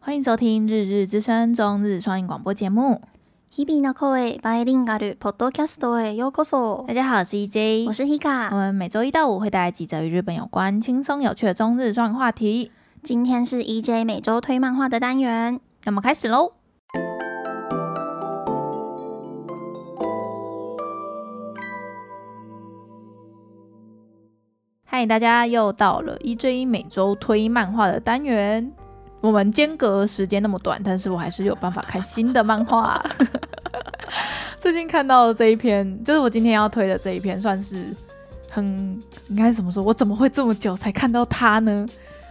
欢迎收听《日日之声》中日双语广播节目。日々の声バイリンガルポッドキャストへようこそ大。家好，我是 EJ，我是啊我 Hika，们每周一到五会带来几则与日本有关、轻松有趣的中日双语话题。今天是 E EJ 每周推漫画的单元。那么开始喽！嗨，大家又到了一追一每周推漫画的单元。我们间隔时间那么短，但是我还是有办法看新的漫画。 最近看到的这一篇，就是我今天要推的这一篇，算是很应该怎么说？我怎么会这么久才看到它呢？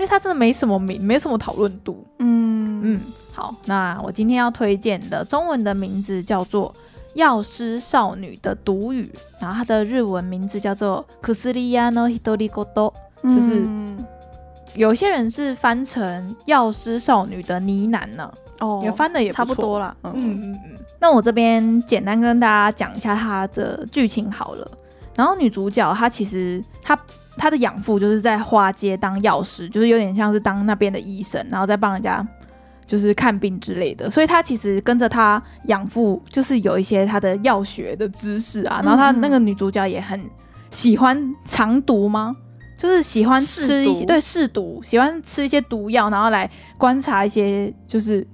因为它真的没什么名，没什么讨论度。嗯嗯，好，那我今天要推荐的中文的名字叫做《药师少女的毒语》，然后它的日文名字叫做《k u s u r i y a no Hitori Goto》，嗯就是有些人是翻成《药师少女的呢喃》呢，哦也翻的也差不错多。啦。嗯，嗯嗯嗯。那我这边简单跟大家讲一下它的剧情好了。然后女主角她其实她她的养父就是在花街当药师，就是有点像是当那边的医生，然后再帮人家就是看病之类的。所以她其实跟着她养父就是有一些她的药学的知识啊。然后她嗯嗯那个女主角也很喜欢藏毒吗？就是喜欢吃一试些毒对试毒，喜欢吃一些毒药，然后来观察一些就是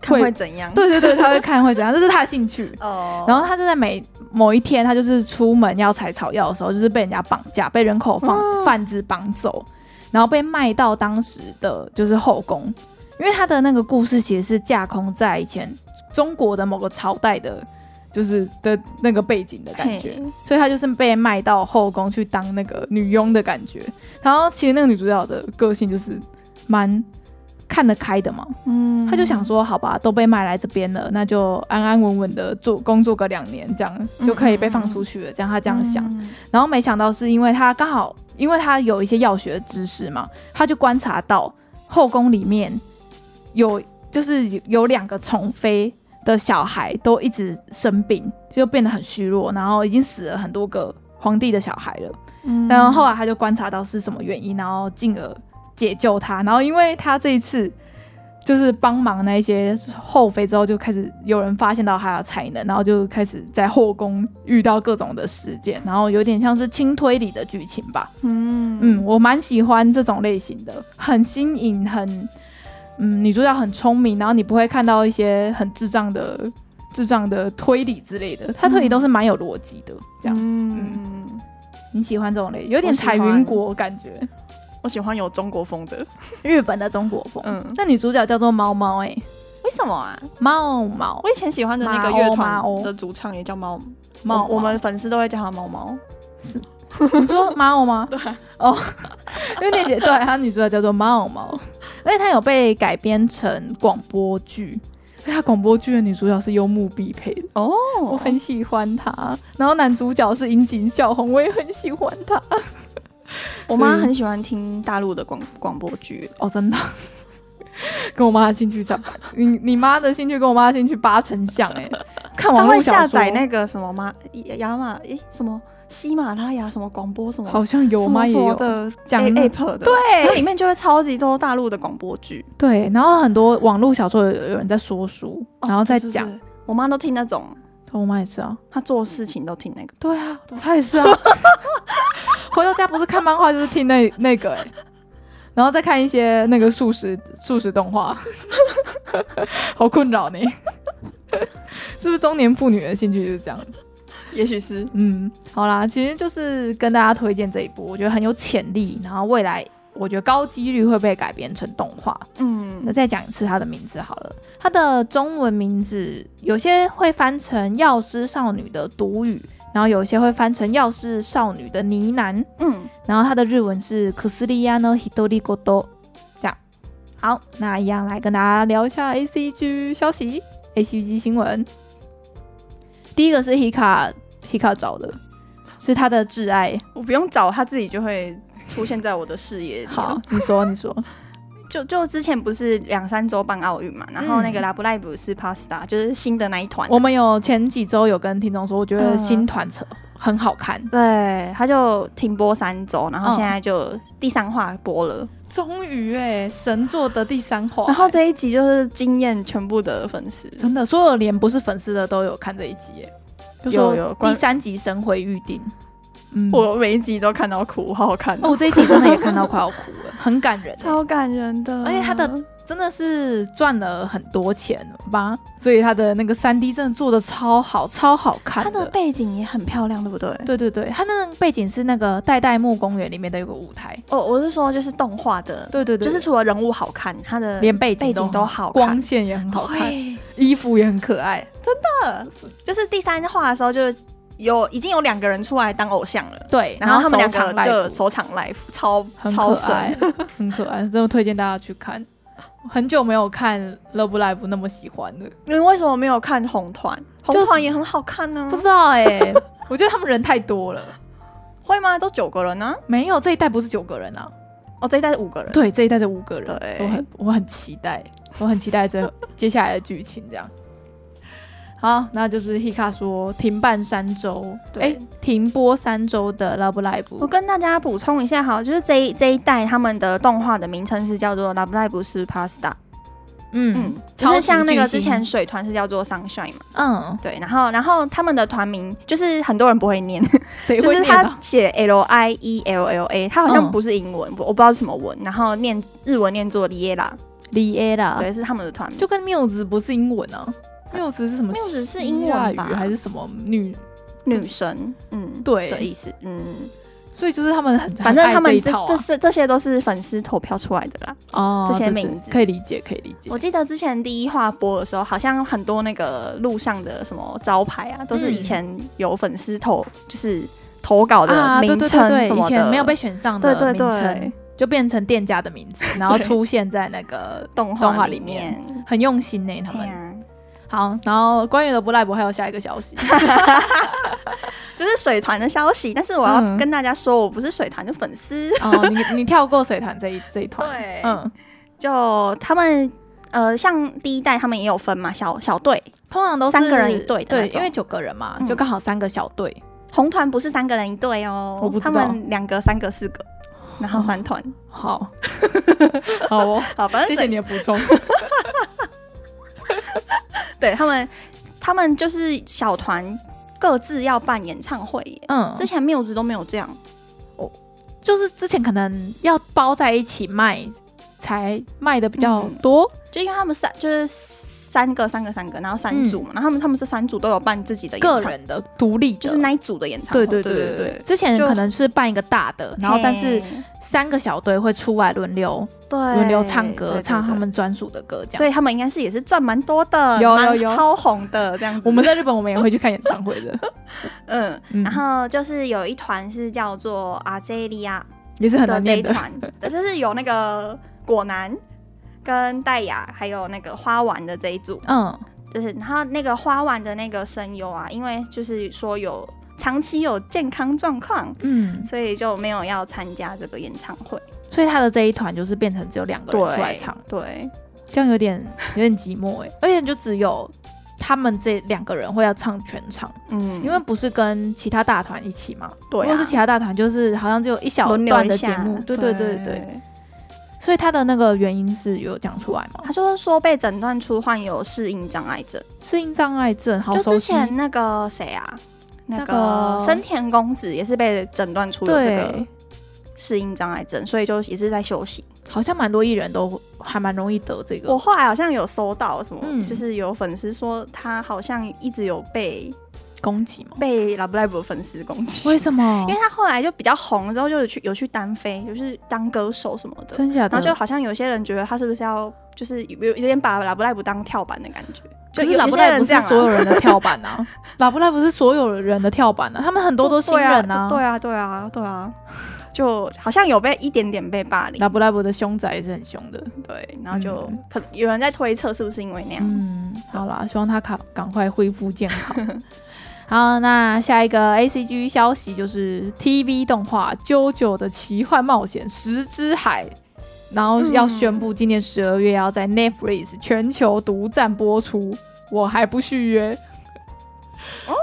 看会会怎样？对对对，他会看会怎样，这是他的兴趣。哦，然后他就在每某一天，他就是出门要采草药的时候，就是被人家绑架，被人口贩哦贩子绑走，然后被卖到当时的就是后宫，因为他的那个故事其实是架空在以前中国的某个朝代的，就是的那个背景的感觉嘿。所以她就是被卖到后宫去当那个女佣的感觉。然后其实那个女主角的个性就是蛮看得开的嘛，嗯她就想说，好吧，都被卖来这边了，那就安安稳稳的做工作个两年，这样就可以被放出去了。这样她这样想，嗯然后没想到是因为她刚好，因为她有一些药学知识嘛，她就观察到后宫里面有就是有两个宠妃的小孩都一直生病，就变得很虚弱，然后已经死了很多个皇帝的小孩了。嗯然后后来他就观察到是什么原因，然后进而解救他。然后因为他这一次就是帮忙那一些后妃之后，就开始有人发现到他的才能，然后就开始在后宫遇到各种的事件，然后有点像是轻推理的剧情吧。嗯嗯，我蛮喜欢这种类型的，很新颖，很嗯，女主角很聪明，然后你不会看到一些很智障的。智障的推理之类的，他推理都是蛮有逻辑的。这样、嗯，你喜欢这种类，有点我喜彩欢云国感觉。我喜欢有中国风的。日本的中国风。嗯，那女主角叫做猫猫哎，为什么啊？猫猫我以前喜欢的那个猫乐猫团的主唱也叫猫猫，我我们粉丝都会叫他猫猫。你说猫吗？ 对哦，因为那姐对她女主角叫做猫 猫，而且她有被改编成广播剧。所以她哎广播剧的女主角是幽默必配的，哦，我很喜欢她。然后男主角是樱井孝宏，我也很喜欢他。我妈所以很喜欢听大陆的广广播剧。哦，真的， 跟我妈的兴趣差， 你你妈的兴趣跟我妈的兴趣八成像 哎、看她网络会小下说载那个什么马亚马诶什么喜马拉雅什么广播什么，好像有，我什妈么也什有么的讲 A- 那 app 的，对，它里面就会超级多大陆的广播剧，对，然后很多网络小说有有人在说书，然后再哦对讲。。对对我妈都听那种，我妈也是啊，她做事情都听那个。对啊，她也是啊。 回到家不是看漫画就是听那那个、欸，然后再看一些那个素食素食动画， 好困扰呢。 是不是中年妇女的兴趣就是这样？也许是嗯，好啦，其实就是跟大家推荐这一部，我觉得很有潜力，然后未来我觉得高几率会被改编成动画。那嗯，再讲一次它的名字好了，它的中文名字有些会翻成《药师少女的毒语》，然后有些会翻成《药师少女的呢喃》，嗯，然后它的日文是 “kusuriano hitori godo”。这样，好，那一样来跟大家聊一下 A C G 消息，A C G 新闻。第一个是 Hika Hika 找的，是他的挚爱。我不用找，她自己就会出现在我的视野里了。好，你说，你说，就就之前不是两三周办奥运嘛，然后那个嗯拉布赖布是 Pasta，就是新的那一团，我们有前几周有跟听众说，我觉得嗯新团车很好看，对，他就停播三周，然后嗯现在就第三话播了，终于哎，神作的第三话欸，然后这一集就是惊艳全部的粉丝，真的所有连不是粉丝的都有看这一集耶，就说有有关第三集神回预定，嗯，我每一集都看到哭，好好看哦，哦，我这一集真的也看到快要哭了，很感人欸，超感人的，而且他的真的是赚了很多钱吧，所以他的那个三 D 真的做的超好，超好看他的背景也很漂亮，对不对？对对对，他那个背景是那个代代木公园里面的一个舞台，哦，我是说就是动画的，对对对，就是除了人物好看，他的连背景背景都都好好看光线也很好看，对衣服也很可爱，就是第三话的时候就有已经有两个人出来当偶像了。对，然后他们两手个掌就 live 首场 live 哦超很超可神，爱， 很可爱，真的推荐大家去看。很久没有看《Love Live》那么喜欢了，你为什么没有看红团？就红团也很好看啊呢、不知道哎、欸我觉得他们人太多了。会吗？都九个人呢、啊没有这一代不是九个人啊，哦，这一代是五个 人。对，这一代是五个人，对我很我很期待，我很期待最后接下来的剧情这样。好，那就是 Hika 说停办三周，对哎、停播三周的 Love Live，我跟大家补充一下，好，就是这一这一代他们的动画的名称是叫做《Love Live 是 Pasta》，嗯嗯，就是像那超个级巨之星前水团是叫做 Sunshine 嘛，嗯，对，然后然后他们的团名就是很多人不会念，谁就会是念他啊？写 L I E L L A，他嗯好像不是英文，我我不知道是什么文，然后念日文念作 Liela，李 A 啦，对，是他们的啊团名，啊就跟缪子不是英文啊，缪子是什么？缪子是英文腊语吧还是什么女？女神，嗯，对的意思，嗯，所以就是他们很反正很爱他们这一套啊这这这些都是粉丝投票出来的啦。哦这些对对名字可以理解，可以理解我。记得之前第一话播的时候，好像很多那个路上的什么招牌啊，都是以前有粉丝投，就是投稿的嗯啊，对名对称对对，什以么的，前没有被选上对的对名称对，就变成店家的名字， 然后对出现在那个动动画画里面面。很用心呢，他对啊们。呀，好，然后关于的不赖博还有下一个消息，就是水团的消息，但 是我要嗯跟大家说，我不是水团的粉丝， 哦，你你跳过水团这一这一团，对嗯，就他们呃，像第一代他们也有分嘛，小小队通常都是三个人一队的那对，种因为九个人嘛，嗯就刚好三个小队，红团不是三个人一队哦，我不知道他们两个、三个、四个，然后三团。 好，好哦，好，反正谢水谢你的补 充，对他们，他们就是小团各自要办演唱会耶。嗯，之前缪子都没有这样，就是之前可能要包在一起卖，才卖的比较嗯多。就因为他们三就是三个、三个、三个，然后三组嘛，然后他们他们是三组都有办自己的演嗯个唱，人的独立的就是那一组的演唱对会。对对对对，之前就可能是办一个大的，然后但是嘿三个小队会出来轮流对轮流唱对歌，对唱对他们专属的歌，这所样。以他们应该是也是赚蛮多的，有有蛮有超红的这样子。我们在日本，我们也会去看演唱会 的，嗯，嗯然后就是有一团是叫做啊阿杰利亚也是很的难这念一的。团， 就是有那个果男跟戴雅，还有那个花丸的这一组，嗯，就是然后那个花丸的那个声优啊，因为就是说有长期有健康状况，嗯，所以就没有要参加这个演唱会。所以他的这一团就是变成只有两个人出来对唱，，对，这样有点 有点寂寞哎，而且就只有他们这两个人会要唱全场，嗯，因为不是跟其他大团一起嘛，对、如果啊，是其他大团，就是好像只有一小轮流段一的下节目，对对对对对，对。所以他的那个原因是有讲出来吗？他就是说被诊断出患有适应障碍症，适应障碍症，好就哦熟之悉。前那个谁啊，那那个个森田公子也是被诊断出有这个对，适应障碍症，所以就也是在休息。好像蛮多艺人都还蛮容易得这我个。后来好像有收到什么，嗯就是有粉丝说他好像一直有被攻击吗？被 Love Live 的粉丝攻击，为什么？因为他后来就比较红之后，就有去有去单飞，就是当歌手什么的。真假的，然后就好像有些人觉得他是不是要，就是有有有点把 Love Live 当跳板的感觉，就可是有拉有布些赖人不这是样所有啊。 人的跳板啊，拉布赖不是所有人的跳板啊，他们很多都新人对啊，对啊，对啊，就好像有被一点点被霸凌拉，布赖布的凶宅也是很凶的。对，然后就、嗯可能有人在推测是不是因为那样，嗯，好啦，希望他赶赶快恢复健康。 好，那下一个 A C G 消息就是 T V 动画《JoJo 的奇幻冒险十之海》然后要宣布今年十二月要在 Netflix 全球独占播出，我还不续约，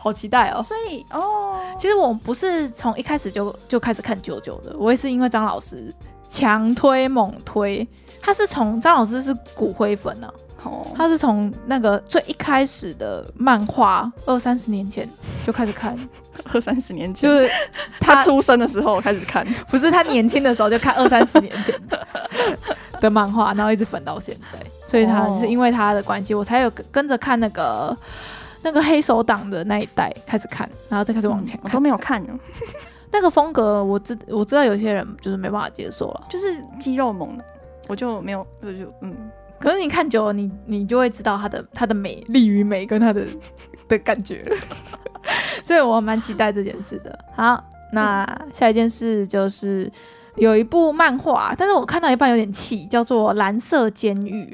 好期待哦！所以哦，其实我不是从一开始就就开始看九九的，我也是因为张老师强推猛推，他是从张老师是骨灰粉呢、哦，他是从那个最一开始的漫画二三十年前就开始 看，二三十年前，就是他出生的时候我开始看，不是他年轻的时候就看二三十年前的漫画，然后一直粉到现在，所以他哦是因为他的关系，我才有跟跟着看那个那个黑手党的那一代开始看，然后再开始往前嗯我看。都没有看，那个风格，我知我知道有些人就是没办法接受了，就是肌肉猛的，我就没有，我就嗯，可是你看久了，你你就会知道它的它的美力与美跟它的 的感觉 了，所以我蛮期待这件事的。好，那下一件事就是有一部漫画，但是我看到一半有点气，叫做《蓝色监狱》，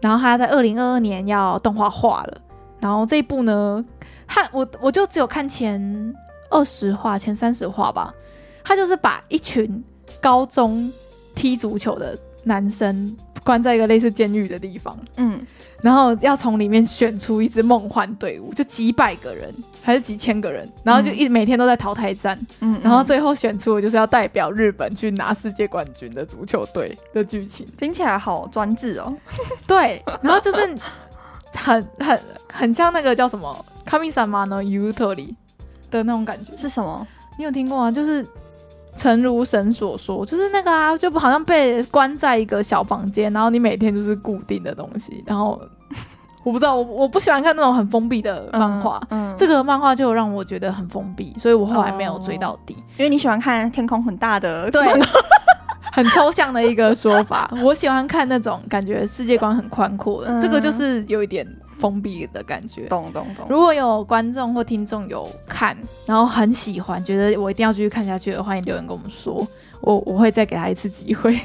然后它在二零二二年要动画化了。然后这一部呢，看我我就只有看前二十话、前三十话吧，它就是把一群高中踢足球的男生关在一个类似监狱的地方，嗯，然后要从里面选出一支梦幻队伍，就几百个人还是几千个人，然后就一、每天都在淘汰战，嗯，然后这最后选出的就是要代表日本去拿世界冠军的足球队的剧情。听起来好专制哦， 对，然后就是很很很像那个叫什么《神様の言う通り》的那种感觉，是什么？你有听过吗？就是诚如神所说，就是那个啊，就好像被关在一个小房间，然后你每天就是固定的东西，然后 我不知道，我我不喜欢看那种很封闭的漫画。嗯，嗯这个漫画就让我觉得很封闭，所以我后来没有追到底。因为你喜欢看天空很大的，对， 很抽象的一个说 法。我喜欢看那种感觉世界观很宽阔的，嗯这个就是有一点封闭的感觉。懂懂懂，如果有观众或听众有看，然后很喜欢，觉得我一定要继续看下去的，欢迎留言跟我们说，我我会再给他一次机会。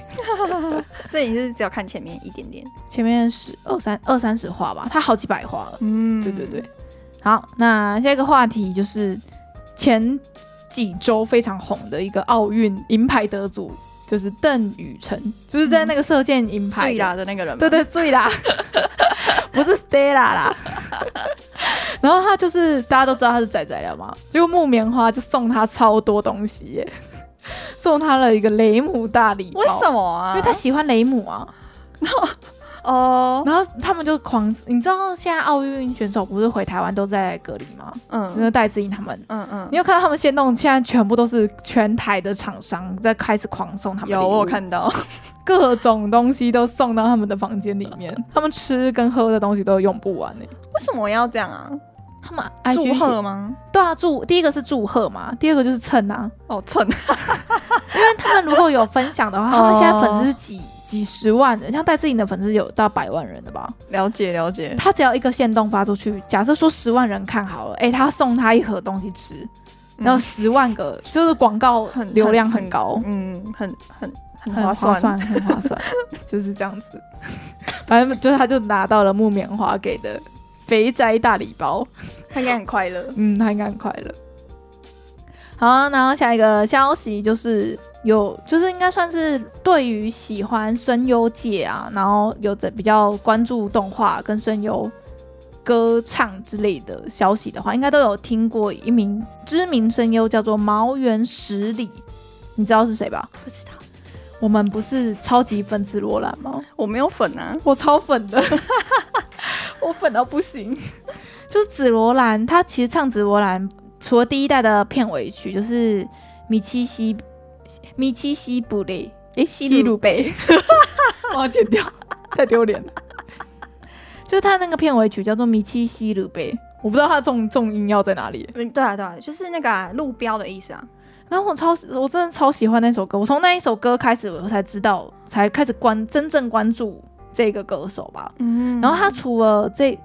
所以你是只有看前面一点点，前面十二三二三十话吧，它好几百话了。嗯对对对，，好，那下一个话题就是前几周非常红的一个奥运银牌得主，就是邓宇辰，就是在那个射箭银牌睡的啦的那个人，对，对，醉 啦，不是 Stella 啦。然后他就是大家都知道他是仔仔了嘛，结果木棉花就送他超多东西耶，送他了一个雷姆大礼包，为什？么啊？因为他喜欢雷姆啊。哦，然后他们就狂，你知道现在奥运选手不是回台湾都在隔离吗？嗯那戴志颖他们。嗯嗯你，有看到他们现弄，现在全部都是全台的厂商在开始狂送他们礼有物我有看到，各种东西都送到他们的房间里面，他们吃跟喝的东西都用不完呢、 为什么要这样啊？他们祝 IG 写贺吗？对啊，祝第一个是祝贺嘛，第二个就是蹭啊。哦，蹭，但他们如果有分享的话，他们现在粉丝是几哦几十万人，像戴志颖的粉丝有到百万人的吧？ 了解了解，他只要一个线动发出去，假设说十万人看好了，哎、他送他一盒东西吃，嗯然后十万个、就是广告很流量很高，嗯，很很很很划划算，算，很划 算，就是这样子。反正就是他就拿到了木棉花给的肥宅大礼包。他应该很快乐。嗯，他应该很快乐。好，啊然后下一个消息就是有，就是应该算是对于喜欢声优界啊，然后有的比较关注动画跟声优歌唱之类的消息的话，应该都有听过一名知名声优叫做毛原十里，你知道是谁吧？不知道，我们不是超级粉丝罗兰吗？我没有粉啊，我超粉的， 我粉到不行。 就是紫罗兰，她其实唱紫罗兰，除了第一代的片尾曲，就是米七西米七西布雷，诶，西鲁贝，我要剪 掉，太丢脸了。就是他那个片尾曲叫做米七西鲁贝，我不知道他重重音要在哪里。嗯，对啊对啊，就是那个、啊、路标的意思啊。然后我超我真的超喜欢那首歌，我从那一首歌开始，我才知道，才开始关真正关注这个歌手吧。嗯然后他除了这，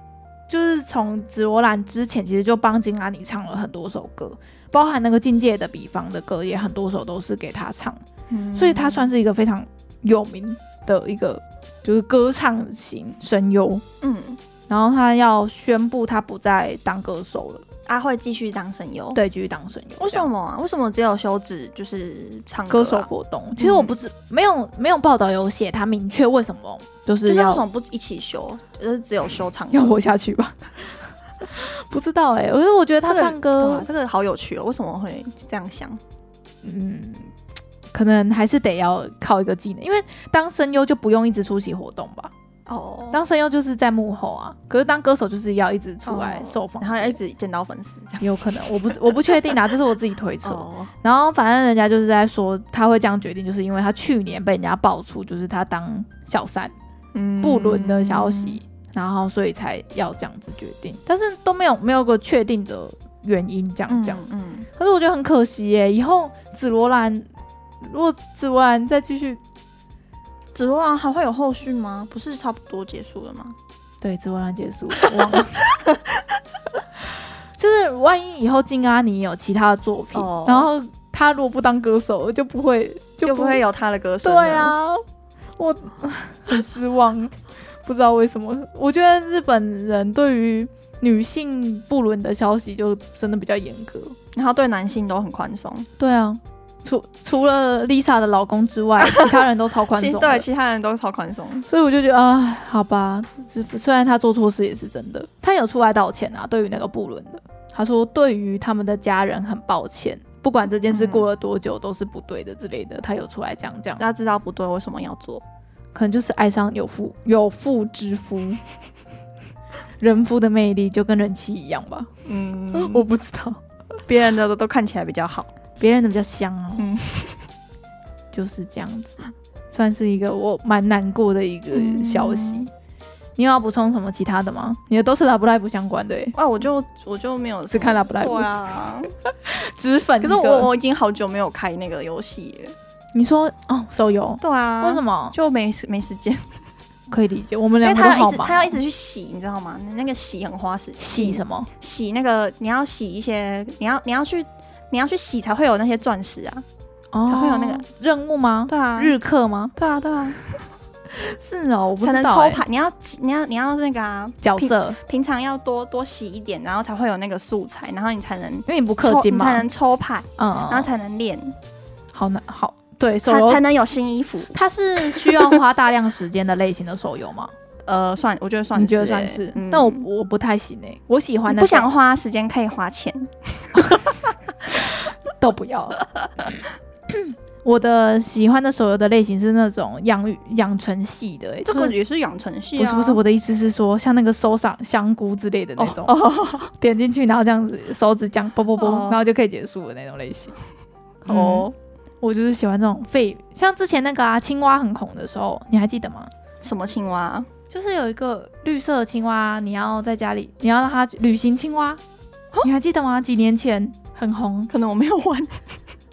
就是从紫罗兰之前，其实就帮金阿尼唱了很多首歌，包含那个境界的比方的歌，也很多首都是给他唱，嗯所以他算是一个非常有名的一个就是歌唱型声优。嗯然后他要宣布他不再当歌手了，阿慧啊继续当声优，对，继续当声优。为什么啊？为什么只有休止就是唱歌、歌啊、手活动？其实我不知、没有没有报道有写他明确为什么就是就是为要什么不一起休？就是只有休唱歌要活下去吧？ 不知道哎、欸，我是我觉得他这个唱哇歌，这个好有趣哦，为什么会这样想？嗯，可能还是得要靠一个技能，因为当声优就不用一直出席活动吧。哦当声优就是在幕后啊，可是当歌手就是要一直出哦来受访之类的，然后要一直见到粉丝这样。有可能，我不我不确定啊，这是我自己推测。 哦，然后反正人家就是在说他会这样决定，就是因为他去年被人家爆出，就是他当小三嗯不伦的消息，然后所以才要这样子决定，但是都没有没有个确定的原因啊这样嗯，讲。嗯，可是我觉得很可惜耶，以后紫罗兰如果紫罗兰再继续，紫罗兰啊还会有后续吗？不是差不多结束了吗？对紫罗兰结束，我忘 了。就是万一以后金阿尼有其他的作品，哦然后他如果不当歌手，就不会就不不会有他的歌声。对，啊，我 很失望，不知道为什么。我觉得日本人对于女性不伦的消息就真的比较严 格。然后对男性都很宽松，对啊，除除了 Lisa 的老公之外，其他人都超 宽其松实的。对其他人都超宽松。所以我就觉得啊，好吧，只虽然他做错事也是真的，他有出来道歉啊。对于那个布伦的，他说对于他们的家人很抱歉，不管这件事过了多久都是不对的之类的，他有出来讲讲，大家知道不对，为什么要做？可能就是爱上有妇有妇之夫， 人夫的魅力就跟人妻一样吧，嗯，我不知道，别人的都看起来比较好。别人的比较香哦，嗯就是这样子，算是一个我蛮难过的一个消息。嗯你有要补充什么其他的吗？你的都是拉布赖不相关的、欸，啊，我就我就没有只看到。拉布赖布对，啊，脂粉一可个。是我我已经好久没有开那个游戏了。你说哦，手游、对啊为什？么就没时没时间，可以理解？我们因两为个都他要好一直忙哦，他要一直去洗，你知道吗？那个洗很花时间，洗什么？洗那个你要洗一些，你要你要去你要去洗才会有那些钻石啊。哦才会有那个任务吗？对啊，日课吗？对啊对啊，是哦，我不才知能道抽欸牌。你要你要你要那个啊，角色，平常要多多洗一点，然后才会有那个素材，然后你才能因为你不氪抽，金你才嘛，能抽牌，嗯，然后才能练，好难，好对手才才游，能有新衣服。它是需要花大量时间的类型的手游吗？呃，算，我觉得算是欸，你觉得算是？嗯但我我不太行诶，我喜欢你那不种想花时间，可以花钱。都不要。 我的喜欢的手游的类型是那种养养成系的欸，就这是个也是养成系不啊，哦是不是，我的意思是说，像那个收赏香菇之类的那种，点进去然后这样子手指这样啵啵啵，哦然后就可以结束的那种类型。哦，我就是喜欢这种废，像之前那个啊青蛙很红的时候，你还记得吗？什么青蛙？就是有一个绿色的青蛙，你要在家里，你要让它旅行青蛙，哦你还记得吗？几年前很红，可能我没有玩，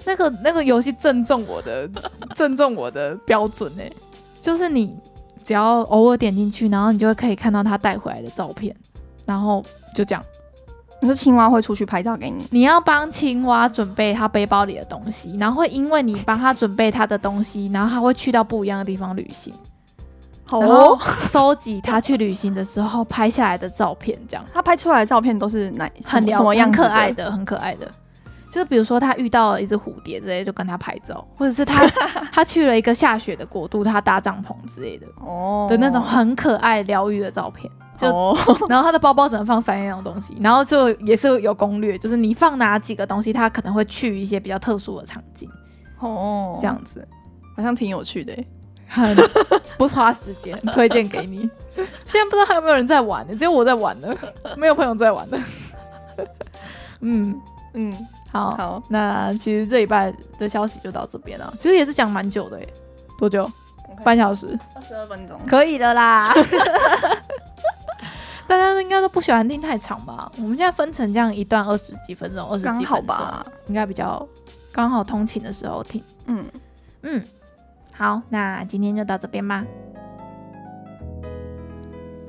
那个那个游戏正中我的正中我的标准哎、就是你只要偶尔点进去，然后你就会可以看到它带回来的照片，然后就这样。你说青蛙会出去拍照给你，你要帮青蛙准备它背包里的东西，然后会因为你帮它准备它的东西，然后它会去到不一样的地方旅行，好哦然后，收集它去旅行的时候拍下来的照片，这样他拍出来的照片都是哪很什疗么样很子可爱？的，很可爱的。就是比如说，它遇到了一只蝴蝶之类，就跟它拍照，或者是 它它去了一个下雪的国度，它搭帐篷之类的哦的那种很可爱疗愈的照片。就哦然后他的包包只能放三样东西，然后就也是有攻略，就是你放哪几个东西，他可能会去一些比较特殊的场景，哦，这样 子好像挺有趣的欸。很不花时间，推荐给你。现在不知道还有没有人在玩呢，只有我在玩呢，没有朋友在玩呢。 嗯，嗯，好，好，那其实这礼拜的消息就到这边了，啊其实也是讲蛮久的诶，多久？半半小时。二十二分钟。可以了啦。 大家应该都不喜欢听太长吧？我们现在分成这样一段二十几分钟，二十几分刚钟好，吧，应该比较刚好通勤的时候听。嗯，嗯，好，那今天就到这边吧。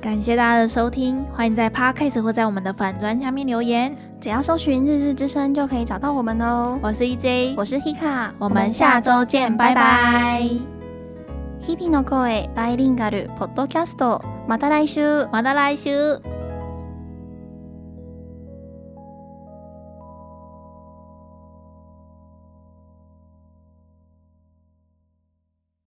感谢大家的收听，欢迎在 Podcast 或在我们的粉砖下面留言。只要搜寻“日日之声”就可以找到我们哦。我是 E EJ，我是 Hika，我们下周见拜拜。日々の声バイリンガルポッドキャストまた来週。马达拉修。